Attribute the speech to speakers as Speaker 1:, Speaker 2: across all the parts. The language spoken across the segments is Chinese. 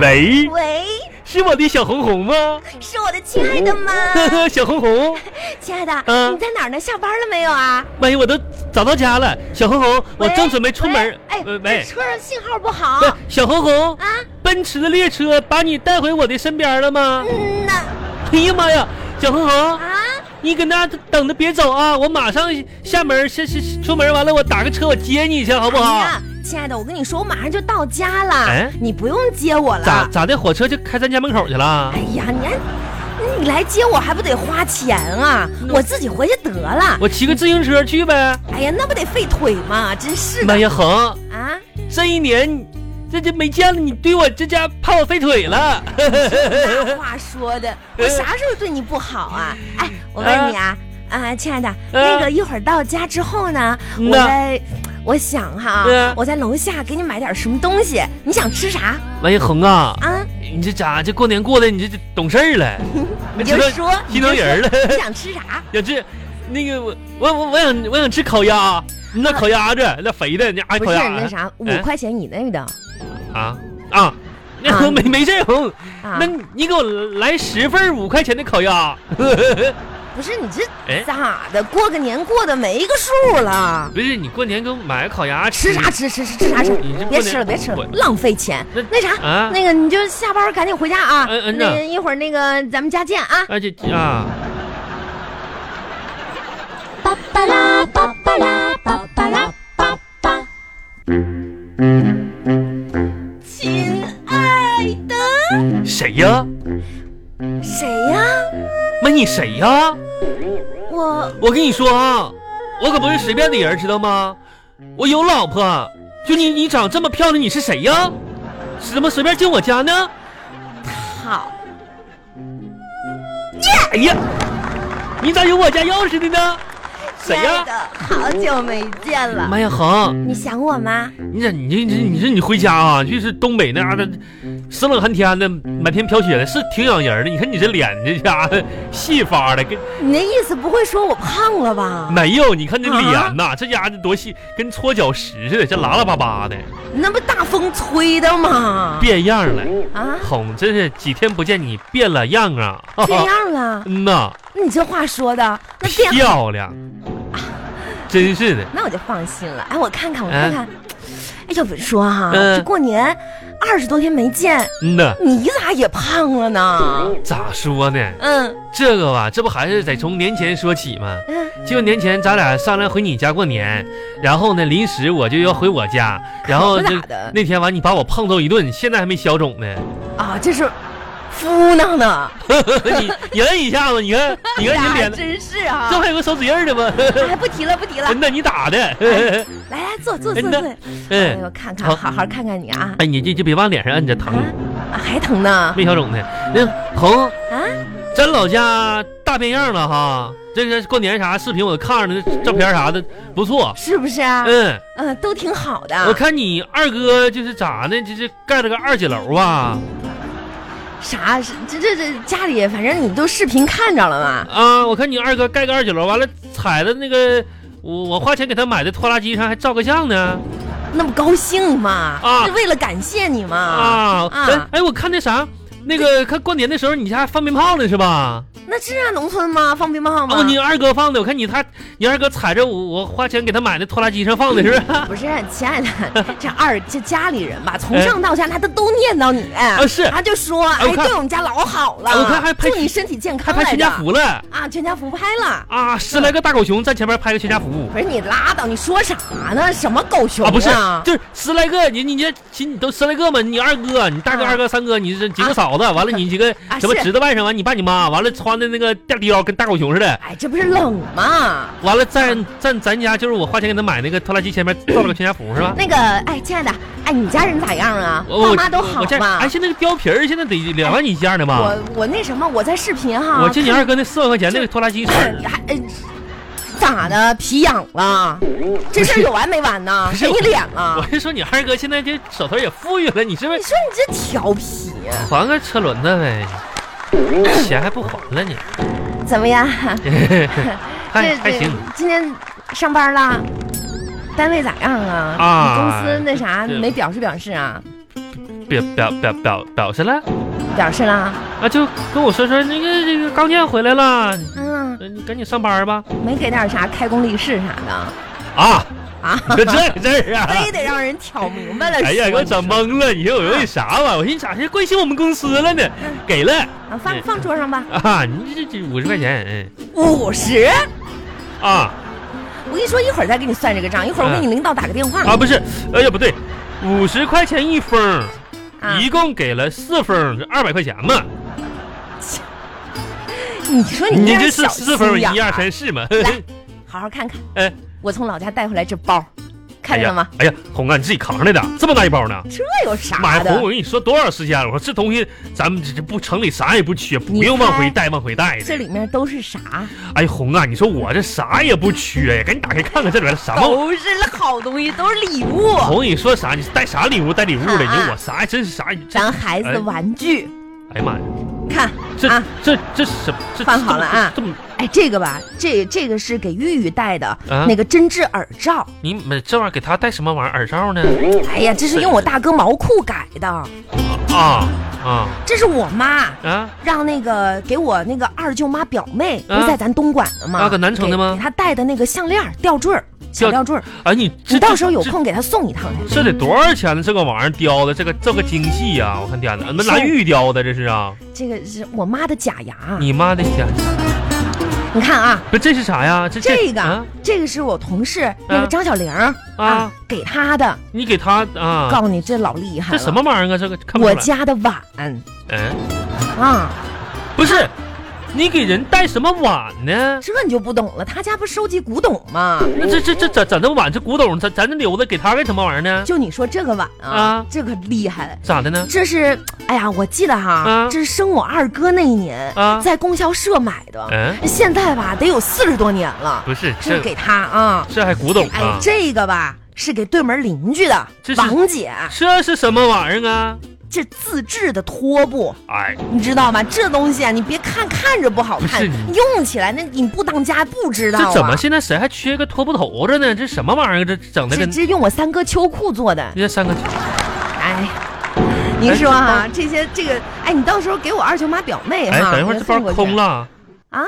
Speaker 1: 喂，
Speaker 2: 喂，
Speaker 1: 是我的小红红吗？
Speaker 2: 是我的亲爱的吗？
Speaker 1: 小红红，
Speaker 2: 亲爱的，
Speaker 1: 哦嗯
Speaker 2: 你在哪儿呢？下班了没有啊？
Speaker 1: 妈呀，我都找到家了。小红红，我
Speaker 2: 喂
Speaker 1: 正准备出门
Speaker 2: 喂。哎，
Speaker 1: 呃
Speaker 2: 这
Speaker 1: 喂，
Speaker 2: 车上信号不好
Speaker 1: 喂小红红，
Speaker 2: 啊。
Speaker 1: 奔驰的列车把你带回我的身边了吗？
Speaker 2: 嗯呐
Speaker 1: 哎呀妈呀，小红红，
Speaker 2: 啊，
Speaker 1: 你搁那等着别走啊！我马上下门下下出门，完了我打个车我接你去，好不
Speaker 2: 哎
Speaker 1: 好？
Speaker 2: 呀，亲爱的，我跟你说，我马上就到家了，
Speaker 1: 哎
Speaker 2: 你不用接我
Speaker 1: 咋
Speaker 2: 了。
Speaker 1: 咋的？火车就开咱家门口去了
Speaker 2: 哎？呀，你还你来接我还不得花钱啊？
Speaker 1: 那
Speaker 2: 我自己回去得了。
Speaker 1: 我骑个自行车去呗。
Speaker 2: 哎呀，那不得废腿吗？真是的
Speaker 1: 妈呀，恒，
Speaker 2: 啊！
Speaker 1: 这一年这这没见了，你对我这家怕我废腿了。
Speaker 2: 那话说 的，我啥时候对你不好啊？
Speaker 1: 嗯
Speaker 2: 哎，我问你啊，啊，亲爱的，那个一会儿到家之后呢，
Speaker 1: 嗯
Speaker 2: 我
Speaker 1: 呐
Speaker 2: 在，我想哈
Speaker 1: 嗯，
Speaker 2: 我在楼下给你买点什么东西，你想吃啥
Speaker 1: 妈呀，恒啊，
Speaker 2: 啊？
Speaker 1: 你这家这过年过的，你这这懂事儿 了，
Speaker 2: 你就
Speaker 1: 知道
Speaker 2: 说，你
Speaker 1: 心
Speaker 2: 就
Speaker 1: 疼人
Speaker 2: 说
Speaker 1: 了
Speaker 2: 你。想吃 啥？
Speaker 1: 要这，那个我我我我想我想吃烤鸭，那烤鸭子那肥的，那爱
Speaker 2: 啊不
Speaker 1: 烤
Speaker 2: 是
Speaker 1: 鸭
Speaker 2: 那啥，五
Speaker 1: 哎
Speaker 2: 块钱以内的
Speaker 1: 啊啊，那
Speaker 2: 啊
Speaker 1: 没没事红，
Speaker 2: 啊
Speaker 1: 那，你给我来十份五块钱的烤鸭，
Speaker 2: 不是你这
Speaker 1: 哎
Speaker 2: 咋的？过个年过的没个数了，
Speaker 1: 不是你过年给我买个烤鸭
Speaker 2: 吃啥吃吃吃吃啥吃
Speaker 1: 你这，
Speaker 2: 别
Speaker 1: 过
Speaker 2: 吃了
Speaker 1: 年
Speaker 2: 别吃了
Speaker 1: 我，
Speaker 2: 浪费钱
Speaker 1: 那。
Speaker 2: 那啥，
Speaker 1: 啊？
Speaker 2: 那个你就下班赶紧回家啊，
Speaker 1: 嗯嗯呐
Speaker 2: 那个一会儿那个咱们家见啊。
Speaker 1: 而且啊，
Speaker 3: 巴巴拉巴巴拉巴巴拉巴巴。
Speaker 2: 亲爱的，
Speaker 1: 谁呀？
Speaker 2: 谁呀？
Speaker 1: 妈你谁呀？
Speaker 2: 我
Speaker 1: 我跟你说啊，我可不是随便的人，知道吗？我有老婆，就你你长这么漂亮，你是谁呀？怎么随便进我家呢？
Speaker 2: 好，
Speaker 1: 哎呀，你咋有我家钥匙的呢？谁
Speaker 2: 亲爱
Speaker 1: 呀？
Speaker 2: 的，好久没见了，
Speaker 1: 妈呀，恒，
Speaker 2: 你想我吗？
Speaker 1: 你咋你这你这你这你回家啊？就是东北那嘎达，生冷寒天的，满天飘雪的，是挺养人的。你看你这脸，这家伙细发的，跟
Speaker 2: 你那意思不会说我胖了吧？
Speaker 1: 没有。你看这
Speaker 2: 啊
Speaker 1: 脸呐、这家伙多细，跟搓脚石似的，这拉拉巴巴的，
Speaker 2: 那不大风吹的吗？
Speaker 1: 变样了。
Speaker 2: 啊，
Speaker 1: 哄，真是几天不见你变了样啊！哈
Speaker 2: 变
Speaker 1: 哈，
Speaker 2: 样了？
Speaker 1: 嗯呐，
Speaker 2: 你这话说的，那变，
Speaker 1: 漂亮，真是的。
Speaker 2: 那我就放心了。哎，我看看，我看看。哎，要不说哈、
Speaker 1: 嗯
Speaker 2: 这过年二十多天没见，
Speaker 1: 嗯呐，
Speaker 2: 你咋也胖了呢？
Speaker 1: 咋说呢？
Speaker 2: 嗯
Speaker 1: 这个吧，这不还是得从年前说起吗？
Speaker 2: 嗯，
Speaker 1: 就年前咱俩商量回你家过年，然后呢，临时我就要回我家，然后
Speaker 2: 可不
Speaker 1: 就
Speaker 2: 咋的
Speaker 1: 那天完你把我胖揍一顿，现在还没消肿呢。
Speaker 2: 啊，这是敷囊呢。
Speaker 1: 你你摁一下子，你看 你看你
Speaker 2: 呀
Speaker 1: 脸，
Speaker 2: 真是啊
Speaker 1: 这！还有个手指印儿呢 吗？
Speaker 2: 哎，不提了，不提了。
Speaker 1: 真的，你打
Speaker 2: 哎
Speaker 1: 的。
Speaker 2: 来来，坐坐坐
Speaker 1: 真
Speaker 2: 坐
Speaker 1: 的。
Speaker 2: 哎
Speaker 1: 嗯 嗯
Speaker 2: 呦，，看看，
Speaker 1: 好嗯
Speaker 2: 好好看看你啊！
Speaker 1: 哎，你这就别往脸上摁着疼。
Speaker 2: 啊，还疼呢？
Speaker 1: 没消肿呢。那红，
Speaker 2: 啊，
Speaker 1: 咱老家大变样了哈，这个过年啥视频我看着那照片啥的不错。
Speaker 2: 是不是啊？
Speaker 1: 嗯，
Speaker 2: 嗯，都挺好
Speaker 1: 我
Speaker 2: 的。
Speaker 1: 看你二哥就是咋呢，就是盖了个二姐楼啊
Speaker 2: 啥？是这这这家里，反正你都视频看着了嘛？
Speaker 1: 啊！我看你二哥盖个二姐楼，完了踩的那个我我花钱给他买的拖拉机上还照个相呢
Speaker 2: 那不高兴吗？
Speaker 1: 啊
Speaker 2: 是为了感谢你嘛？
Speaker 1: 啊！哎
Speaker 2: 啊，
Speaker 1: 哎，我看那啥。那个看过年的时候，你家还放鞭炮呢是吧？
Speaker 2: 那是啊，农村吗？放鞭炮吗？
Speaker 1: 哦，你二哥放的，我看你他，你二哥踩着我我花钱给他买的拖拉机上放的，是不是？
Speaker 2: 不是，亲爱 的，这二这家里人吧，从上到下他都都念叨你，啊
Speaker 1: 哎是
Speaker 2: 他就说，
Speaker 1: 哎
Speaker 2: 哎，
Speaker 1: 我看
Speaker 2: 对我们家老好了，
Speaker 1: 哎我看还拍
Speaker 2: 祝你身体健
Speaker 1: 还
Speaker 2: 康
Speaker 1: 拍
Speaker 2: 来
Speaker 1: 全
Speaker 2: 着
Speaker 1: 家福了
Speaker 2: 啊，全家福拍了。
Speaker 1: 啊！十来个大狗熊站前面拍个全家福
Speaker 2: 不是你拉倒，你说啥呢？什么狗熊
Speaker 1: 啊，不是
Speaker 2: 啊，
Speaker 1: 就是十来个，你你这亲你都十来个嘛？你二哥，你大哥、
Speaker 2: 啊
Speaker 1: 二哥、三哥，你这几个嫂子，完了你几个
Speaker 2: 啊
Speaker 1: 什么
Speaker 2: 是
Speaker 1: 侄子外甥，完你爸你妈，完了穿的那个大貂跟大狗熊似的，
Speaker 2: 哎，这不是冷吗？
Speaker 1: 完了站站咱家就是我花钱给他买那个拖拉机前面造了个全家福是吧？
Speaker 2: 那个，哎，亲爱的，哎，你家人咋样啊？
Speaker 1: 我
Speaker 2: 爸
Speaker 1: 我
Speaker 2: 妈都好
Speaker 1: 我这
Speaker 2: 吗
Speaker 1: 哎，？现在个貂皮儿现在得两万以下呢吧？
Speaker 2: 我我那什么，我在视频哈，
Speaker 1: 我见你二哥那四万块钱那个拖拉机
Speaker 2: 看，
Speaker 1: 是，
Speaker 2: 还哎咋的？皮痒了？这事儿有完没完呢？
Speaker 1: 不是
Speaker 2: 给你
Speaker 1: 我
Speaker 2: 脸了
Speaker 1: 我？是说你二哥现在这手头也富裕了，你是不
Speaker 2: 你
Speaker 1: 是
Speaker 2: 说你这调皮，
Speaker 1: 还个车轮子呗？钱还不还了你？
Speaker 2: 啊 怎么样？
Speaker 1: 哎 还还行。。
Speaker 2: 今天上班啦？单位咋样啊？
Speaker 1: 啊
Speaker 2: 你公司那啥
Speaker 1: 这
Speaker 2: 没表示表示啊？
Speaker 1: 表表表表表示了
Speaker 2: 表示了，
Speaker 1: 啊，就跟我说说那个这个刚健回来了，
Speaker 2: 嗯，
Speaker 1: 呃你赶紧上班吧。
Speaker 2: 没给点啥开工利是啥的
Speaker 1: 啊，
Speaker 2: 啊，
Speaker 1: 这 事儿啊，
Speaker 2: 非得让人挑明白了说。
Speaker 1: 哎呀，给我
Speaker 2: 你说
Speaker 1: 整懵了！你说
Speaker 2: 哎
Speaker 1: 我为啥吧？我寻思咋还关心我们公司了呢？给了
Speaker 2: 啊，放放桌上吧，
Speaker 1: 啊，你这这五十块钱，
Speaker 2: 五十。
Speaker 1: 嗯啊
Speaker 2: 我跟你说，一会儿再给你算这个账，一会儿我给你领导打个电话。
Speaker 1: 啊，不是，哎呀不对，五十块钱一封，
Speaker 2: 啊
Speaker 1: 一共给了四封，这二百块钱嘛。
Speaker 2: 你说你
Speaker 1: 你
Speaker 2: 这
Speaker 1: 这
Speaker 2: 人
Speaker 1: 是
Speaker 2: 小
Speaker 1: 四封，
Speaker 2: 心
Speaker 1: 一
Speaker 2: 眼儿啊
Speaker 1: 二三四嘛？
Speaker 2: 来，好好看看。
Speaker 1: 哎，
Speaker 2: 我从老家带回来这包，看见了吗？
Speaker 1: 哎呀，红啊，你自己扛上来的，这么大一包呢？
Speaker 2: 这有
Speaker 1: 妈呀，
Speaker 2: 啥
Speaker 1: 哎红，
Speaker 2: 的
Speaker 1: 我？跟你说多少时间了？我说这东西咱们这这不城里啥也不缺，不
Speaker 2: 你
Speaker 1: 用往回
Speaker 2: 看
Speaker 1: 带，往回带
Speaker 2: 这
Speaker 1: 的。
Speaker 2: 里面都是啥？
Speaker 1: 哎，红啊，你说我这啥也不缺呀，赶紧打开看看这里边什么玩意儿。哦
Speaker 2: 都是好东西，都是礼物。
Speaker 1: 红，你说啥？你带啥礼物？带礼物的，你
Speaker 2: 啊啊
Speaker 1: 说我啥？真是啥？这
Speaker 2: 咱孩子的玩具，
Speaker 1: 哎呀妈呀，
Speaker 2: 看
Speaker 1: 这、
Speaker 2: 啊，
Speaker 1: 这这什么？这
Speaker 2: 放好了啊
Speaker 1: 这么
Speaker 2: 哎，这个吧，这这个是给玉玉戴的
Speaker 1: 啊
Speaker 2: 那个针织耳罩。
Speaker 1: 你买这玩意儿给他戴什么玩意儿耳罩呢？
Speaker 2: 哎呀，这是用我大哥毛裤改的，
Speaker 1: 啊啊
Speaker 2: 这是我妈
Speaker 1: 啊！
Speaker 2: 让那个给我那个二舅妈表妹，不
Speaker 1: 啊
Speaker 2: 是在咱东莞的吗？
Speaker 1: 啊搁南城的吗
Speaker 2: 给给她戴的那个项链儿吊坠儿，小吊坠儿。
Speaker 1: 哎，你
Speaker 2: 你
Speaker 1: 这
Speaker 2: 到时候有
Speaker 1: 这嗯
Speaker 2: 空给她送一趟去。
Speaker 1: 这得多少钱呢？这个玩意儿雕的，这个这个精细呀、我看天哪，那拿
Speaker 2: 是
Speaker 1: 玉雕的这是啊？
Speaker 2: 这个是我妈的假牙，
Speaker 1: 你妈的天！
Speaker 2: 你看啊，
Speaker 1: 不，这是啥呀？这
Speaker 2: 这个、
Speaker 1: 啊，
Speaker 2: 这个是我同事那个张小玲儿
Speaker 1: 啊
Speaker 2: 给她的，
Speaker 1: 你给他
Speaker 2: 告
Speaker 1: 啊？
Speaker 2: 诉你这老厉害
Speaker 1: 这
Speaker 2: 了。
Speaker 1: 什么玩意儿啊？这个看不出
Speaker 2: 我
Speaker 1: 来。
Speaker 2: 家的碗
Speaker 1: 嗯，
Speaker 2: 啊，
Speaker 1: 不是，你给人戴什么碗呢？
Speaker 2: 这你就不懂了。他家不收集古董吗？
Speaker 1: 那这这这咋咋弄碗这古董，咱咱这留着给他干什么玩意儿呢？
Speaker 2: 就你说这个碗啊，
Speaker 1: 啊
Speaker 2: 这可厉害了。
Speaker 1: 咋的呢？
Speaker 2: 这是，哎呀，我记得哈，
Speaker 1: 啊
Speaker 2: 这是生我二哥那一年、
Speaker 1: 啊
Speaker 2: 在供销社买的，
Speaker 1: 嗯，
Speaker 2: 现在吧得有四十多年了。
Speaker 1: 不是
Speaker 2: 这
Speaker 1: 这
Speaker 2: 是给他啊，
Speaker 1: 这还古董
Speaker 2: 哎，
Speaker 1: 啊？
Speaker 2: 这个吧是给对门邻居的
Speaker 1: 这是
Speaker 2: 王姐，
Speaker 1: 这是什么玩意儿啊？
Speaker 2: 这自制的拖布，
Speaker 1: 哎，
Speaker 2: 你知道吗？这东西啊，你别看看着不好看，
Speaker 1: 不是你
Speaker 2: 用起来那你不当家不知道啊。
Speaker 1: 这怎么现在谁还缺个拖布头子呢？这什么玩意儿？啊这整的
Speaker 2: 这
Speaker 1: 跟
Speaker 2: 这用我三哥秋裤做的，
Speaker 1: 这三个
Speaker 2: 哎，您说啊，这些这个，哎，你到时候给我二舅妈表妹哈，
Speaker 1: 哎，等一会儿这包
Speaker 2: 我送过去
Speaker 1: 空了，
Speaker 2: 啊，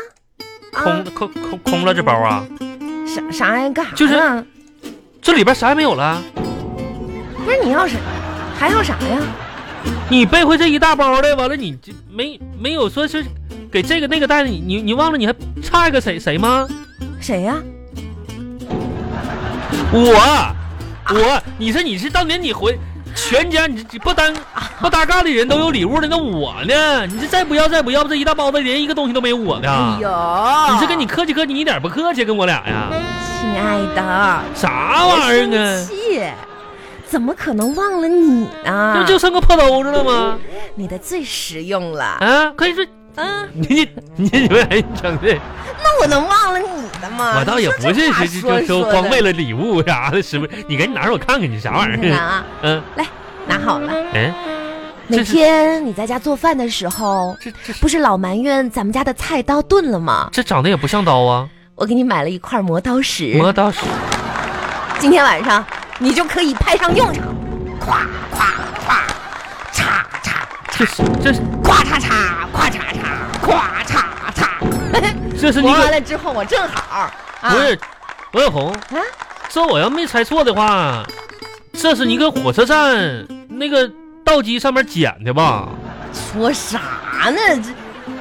Speaker 1: 空
Speaker 2: 啊、
Speaker 1: 空空空了这包啊？
Speaker 2: 啥啥呀？干啥呢？
Speaker 1: 就是这里边啥也没有了？
Speaker 2: 不是你要是还要啥呀？
Speaker 1: 你背回这一大包的，完了你这没没有说是给这个那个带的，你你你忘了你还差一个谁谁吗？
Speaker 2: 谁呀？
Speaker 1: 我，我，你说你是当年你回全家，你这不单不搭嘎的人都有礼物了，那我呢？你这再不要再不要，这一大包子连一个东西都没有我呢
Speaker 2: 哎。呦，
Speaker 1: 啊你这跟你客气客气，你一点不客气，跟我俩呀？
Speaker 2: 亲爱的，
Speaker 1: 啥玩意儿
Speaker 2: 别
Speaker 1: 啊
Speaker 2: 生？气，怎么可能忘了你呢？
Speaker 1: 这不就剩个破兜子了吗？
Speaker 2: 你的最实用了。
Speaker 1: 啊，可以说
Speaker 2: 嗯，
Speaker 1: 你你你你们还整的，
Speaker 2: 那我能忘了你的吗？
Speaker 1: 我倒也不是
Speaker 2: 啊你
Speaker 1: 是
Speaker 2: 说
Speaker 1: 就说
Speaker 2: 这话说说的
Speaker 1: 光为了礼物 啥的，是不是？你赶紧拿着我看看，你啥玩
Speaker 2: 你
Speaker 1: 意
Speaker 2: 看
Speaker 1: 儿？
Speaker 2: 啊，
Speaker 1: 嗯
Speaker 2: 来拿好了。
Speaker 1: 嗯，
Speaker 2: 每
Speaker 1: 这是
Speaker 2: 天你在家做饭的时候，
Speaker 1: 这这
Speaker 2: 不是老埋怨咱们家的菜刀钝了吗？
Speaker 1: 这长得也不像刀啊，
Speaker 2: 我给你买了一块磨刀石，
Speaker 1: 磨刀石。
Speaker 2: 今天晚上你就可以派上用场，咵咵咵，叉叉
Speaker 1: 这是这是
Speaker 2: 咵叉叉咵叉叉咵叉叉。
Speaker 1: 这是你
Speaker 2: 磨
Speaker 1: 可
Speaker 2: 完了之后我正好啊，
Speaker 1: 不是，罗小红，
Speaker 2: 啊，
Speaker 1: 这我要没猜错的话，这是你搁火车站那个道机上面捡的吧？
Speaker 2: 哎说啥呢？这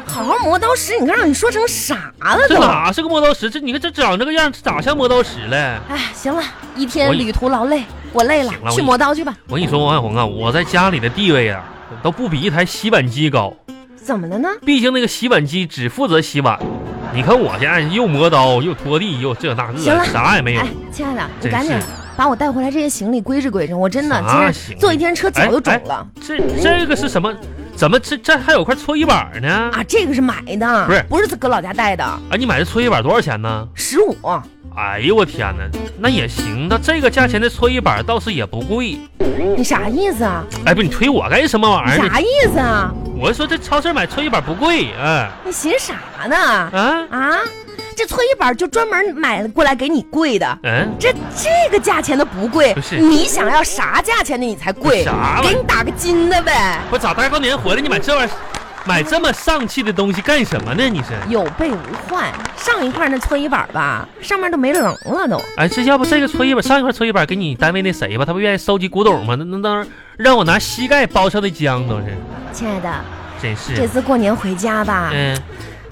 Speaker 2: 好好磨刀石，你看让你说成啥了
Speaker 1: 这
Speaker 2: 都？
Speaker 1: 哪是个磨刀石？这你看这长这个样，这咋像磨刀石了？
Speaker 2: 哎，行了，一
Speaker 1: 我
Speaker 2: 天旅途劳累，我累了
Speaker 1: 行了，我
Speaker 2: 去磨刀去吧。
Speaker 1: 我跟你说，王小红啊，我在家里的地位啊，都不比一台洗碗机高。
Speaker 2: 怎么了呢？
Speaker 1: 毕竟那个洗碗机只负责洗碗，你看我现在又磨刀又拖地又这那
Speaker 2: 行
Speaker 1: 个，
Speaker 2: 了
Speaker 1: 啥也没有
Speaker 2: 哎。，亲爱的，你
Speaker 1: 真
Speaker 2: 赶紧
Speaker 1: 是
Speaker 2: 把我带回来这些行李归置归置，我真的今
Speaker 1: 啥行
Speaker 2: 儿坐一天车脚
Speaker 1: 哎
Speaker 2: 又肿
Speaker 1: 哎
Speaker 2: 了、
Speaker 1: 这这个是什么？怎么这这还有块搓衣板呢？
Speaker 2: 啊！这个是买的，
Speaker 1: 哎不是
Speaker 2: 不是搁老家带的，
Speaker 1: 哎，你买的搓衣板多少钱呢？
Speaker 2: 十五。
Speaker 1: 哎呦我天哪，那也行，那这个价钱的搓衣板倒是也不贵。
Speaker 2: 你啥意思啊？
Speaker 1: 哎，不，你推我干什么玩意
Speaker 2: 你
Speaker 1: 儿呢？
Speaker 2: 啥意思啊？
Speaker 1: 我说这超市买搓衣板不贵，嗯
Speaker 2: 你寻啥呢？
Speaker 1: 啊，
Speaker 2: 啊，这这搓衣板就专门买过来给你贵的。
Speaker 1: 嗯，
Speaker 2: 这这个价钱的不贵
Speaker 1: 不，是
Speaker 2: 你想要啥价钱的你才贵
Speaker 1: 啥玩意儿，
Speaker 2: 给你打个金的呗。
Speaker 1: 不咋大过年回来你买这玩意儿，买这么丧气的东西干什么呢？你是？
Speaker 2: 有备无患，上一块那搓衣板吧，上面都没棱了都。
Speaker 1: 哎，这要不这个搓衣板，上一块搓衣板给你单位那谁吧，他不愿意收集古董吗？那那那让我拿膝盖包上的浆都是，
Speaker 2: 亲爱的，
Speaker 1: 真是。
Speaker 2: 这次过年回家吧，
Speaker 1: 嗯，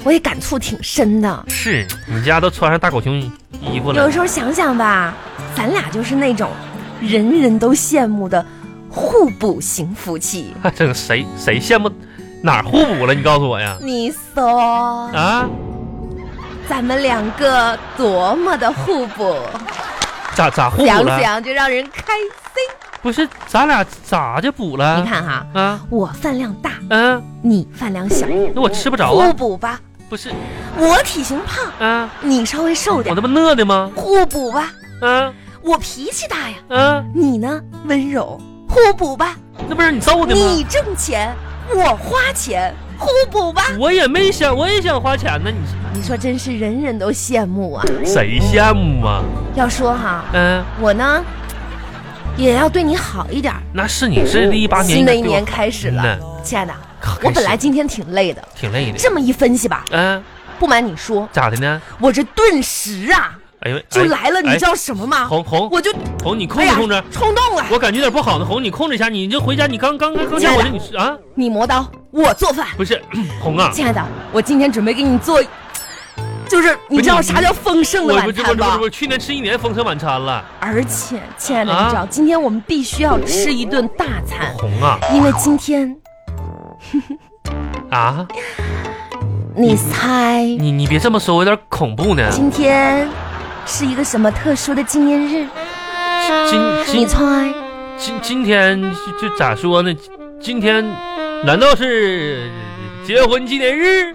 Speaker 2: 我也感触挺深的。
Speaker 1: 是你家都穿上大狗熊衣服了
Speaker 2: 有，时候想想吧，咱俩就是那种人人都羡慕的互补型夫妻。
Speaker 1: 还真谁谁羡慕哪儿互补了？你告诉我呀！
Speaker 2: 你说
Speaker 1: 啊，
Speaker 2: 咱们两个多么的互补，
Speaker 1: 咋咋互补
Speaker 2: 想
Speaker 1: 了？
Speaker 2: 想就让人开心。
Speaker 1: 不是，咱俩咋就补了？
Speaker 2: 你看哈，
Speaker 1: 啊，
Speaker 2: 我饭量大，
Speaker 1: 嗯、
Speaker 2: 你饭量小，
Speaker 1: 那我吃不着
Speaker 2: 互
Speaker 1: 啊？
Speaker 2: 补吧。
Speaker 1: 不是，
Speaker 2: 我体型胖，
Speaker 1: 啊，
Speaker 2: 你稍微瘦
Speaker 1: 我
Speaker 2: 点
Speaker 1: 那，不饿的吗？
Speaker 2: 互补吧。
Speaker 1: 嗯、
Speaker 2: 我脾气大呀，
Speaker 1: 嗯、
Speaker 2: 你呢温柔，互补吧。
Speaker 1: 那不是你揍的吗？
Speaker 2: 你挣钱，我花钱，互补吧。
Speaker 1: 我也没想，我也想花钱呢。你
Speaker 2: 你说真是人人都羡慕啊！
Speaker 1: 谁羡慕啊？
Speaker 2: 要说哈，
Speaker 1: 嗯、
Speaker 2: 我呢也要对你好一点儿。
Speaker 1: 那是你这一八年
Speaker 2: 新的一
Speaker 1: 应该对我
Speaker 2: 年开始了，
Speaker 1: 嗯
Speaker 2: 亲爱的，
Speaker 1: 开始
Speaker 2: 我本来今天挺累的，
Speaker 1: 挺累的。
Speaker 2: 这么一分析吧，
Speaker 1: 嗯、
Speaker 2: 不瞒你说，
Speaker 1: 咋的呢？
Speaker 2: 我这顿时啊
Speaker 1: 哎呦，
Speaker 2: 就
Speaker 1: 哎
Speaker 2: 来了，你
Speaker 1: 哎
Speaker 2: 知道什么吗？
Speaker 1: 红红
Speaker 2: 我就
Speaker 1: 红，你控
Speaker 2: 哎
Speaker 1: 制
Speaker 2: 呀
Speaker 1: 控制。
Speaker 2: 冲动了，
Speaker 1: 我感觉有点不好呢，红，你控制一下，你就回家，你刚刚刚刚
Speaker 2: 亲
Speaker 1: 叫
Speaker 2: 爱
Speaker 1: 我
Speaker 2: 的
Speaker 1: 的，你是啊，
Speaker 2: 你磨刀，我做饭。
Speaker 1: 不是， 红啊，
Speaker 2: 亲爱的，我今天准备给你做，就是你知道啥叫丰盛的
Speaker 1: 我我
Speaker 2: 晚
Speaker 1: 这我
Speaker 2: 餐
Speaker 1: 这我
Speaker 2: 吧
Speaker 1: 这？我去年吃一年丰盛晚餐了，
Speaker 2: 而且，亲爱的，
Speaker 1: 啊
Speaker 2: 你知道今天我们必须要吃一顿大餐，
Speaker 1: 红啊
Speaker 2: 因为今天
Speaker 1: 啊，
Speaker 2: 你猜
Speaker 1: 你你别这么说，我有点恐怖呢。
Speaker 2: 今天是一个什么特殊的纪念日？
Speaker 1: 今
Speaker 2: 你
Speaker 1: 今
Speaker 2: 猜？
Speaker 1: 今今天就就咋说呢？今天难道是结婚纪念日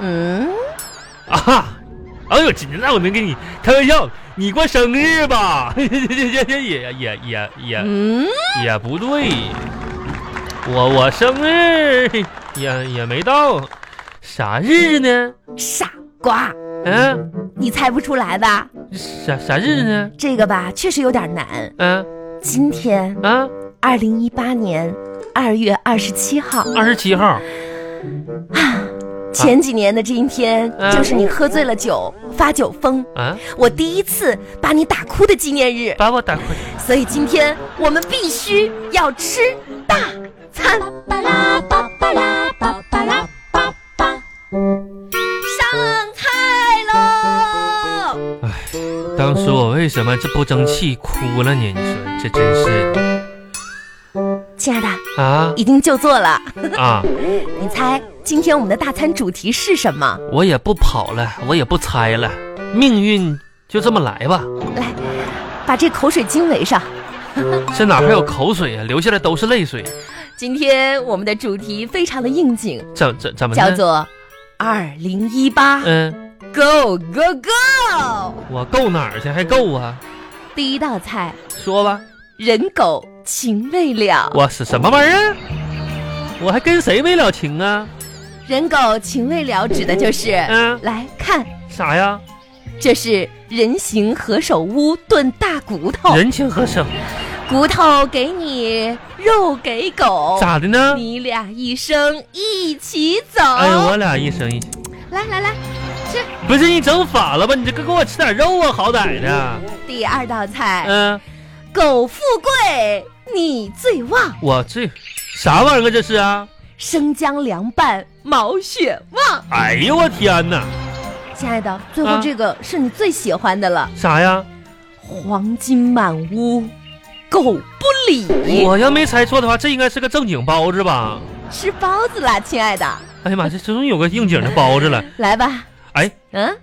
Speaker 2: 嗯，
Speaker 1: 啊？哈，哎呦，今天那我能跟你开玩笑，你过生日吧？ 这这这也也也也
Speaker 2: 嗯，
Speaker 1: 也不对，我我生日也也没到，啥日子呢？
Speaker 2: 傻瓜，
Speaker 1: 嗯、
Speaker 2: 你猜不出来吧？
Speaker 1: 啥啥日子呢？
Speaker 2: 这个吧，确实有点难。
Speaker 1: 嗯
Speaker 2: 今天，
Speaker 1: 啊，
Speaker 2: 二零一八年二月二十七号，
Speaker 1: 二十七号，
Speaker 2: 前几年的今天，
Speaker 1: 嗯
Speaker 2: 就是你喝醉了酒发酒疯，
Speaker 1: 啊，
Speaker 2: 我第一次把你打哭的纪念日。
Speaker 1: 把我打快，
Speaker 2: 所以今天我们必须要吃大餐。
Speaker 3: 巴拉巴巴拉巴巴拉巴巴。
Speaker 2: 上菜喽！
Speaker 1: 当初我为什么这不争气哭了呢？你说这真是
Speaker 2: 亲爱的，
Speaker 1: 啊
Speaker 2: 一定就座了。
Speaker 1: 啊！
Speaker 2: 你猜今天我们的大餐主题是什么？
Speaker 1: 我也不跑了，我也不猜了，命运就这么来吧。
Speaker 2: 来，把这口水巾围上。
Speaker 1: 这哪还有口水啊？流下来都是泪水。
Speaker 2: 今天我们的主题非常的应景，
Speaker 1: 怎怎怎么
Speaker 2: 叫
Speaker 1: 呢？
Speaker 2: 做“二零一八
Speaker 1: 嗯，
Speaker 2: Go Go Go”。
Speaker 1: 我够哪儿去？还够啊？
Speaker 2: 第一道菜，
Speaker 1: 说吧。
Speaker 2: 人狗情未了。
Speaker 1: 我是什么玩意儿啊？我还跟谁没了情啊？
Speaker 2: 人狗情未了指的就是，
Speaker 1: 嗯
Speaker 2: 来看，
Speaker 1: 啥呀？
Speaker 2: 这是人形何首乌炖大骨头，
Speaker 1: 人情何生？
Speaker 2: 骨头给你，肉给狗，
Speaker 1: 咋的呢？
Speaker 2: 哦你啊俩一生一起走。
Speaker 1: 哎呦，我俩一生一
Speaker 2: 来来来，
Speaker 1: 不是你整反了吧？你这个给我吃点肉啊，好歹的。
Speaker 2: 第二道菜，
Speaker 1: 嗯，
Speaker 2: 狗富贵，你最旺，
Speaker 1: 我这啥玩意儿啊？这是啊？
Speaker 2: 生姜凉拌毛血旺。
Speaker 1: 哎呦我天哪！
Speaker 2: 亲爱的，最后
Speaker 1: 啊
Speaker 2: 这个是你最喜欢的了，
Speaker 1: 啥呀？
Speaker 2: 黄金满屋，狗不理。
Speaker 1: 我要没猜错的话，这应该是个正经包子吧？
Speaker 2: 吃包子啦，亲爱的，
Speaker 1: 哎呀妈，这终于有个应景的包子了。
Speaker 2: 来吧。
Speaker 1: 哎，
Speaker 2: 嗯，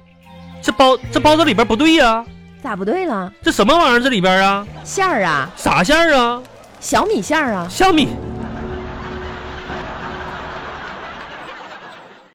Speaker 1: 这包这包子里边不对呀、
Speaker 2: 咋不对了？
Speaker 1: 这什么玩意儿？这里边啊？
Speaker 2: 馅儿啊，
Speaker 1: 啥馅儿啊？
Speaker 2: 小米馅儿啊，
Speaker 1: 香米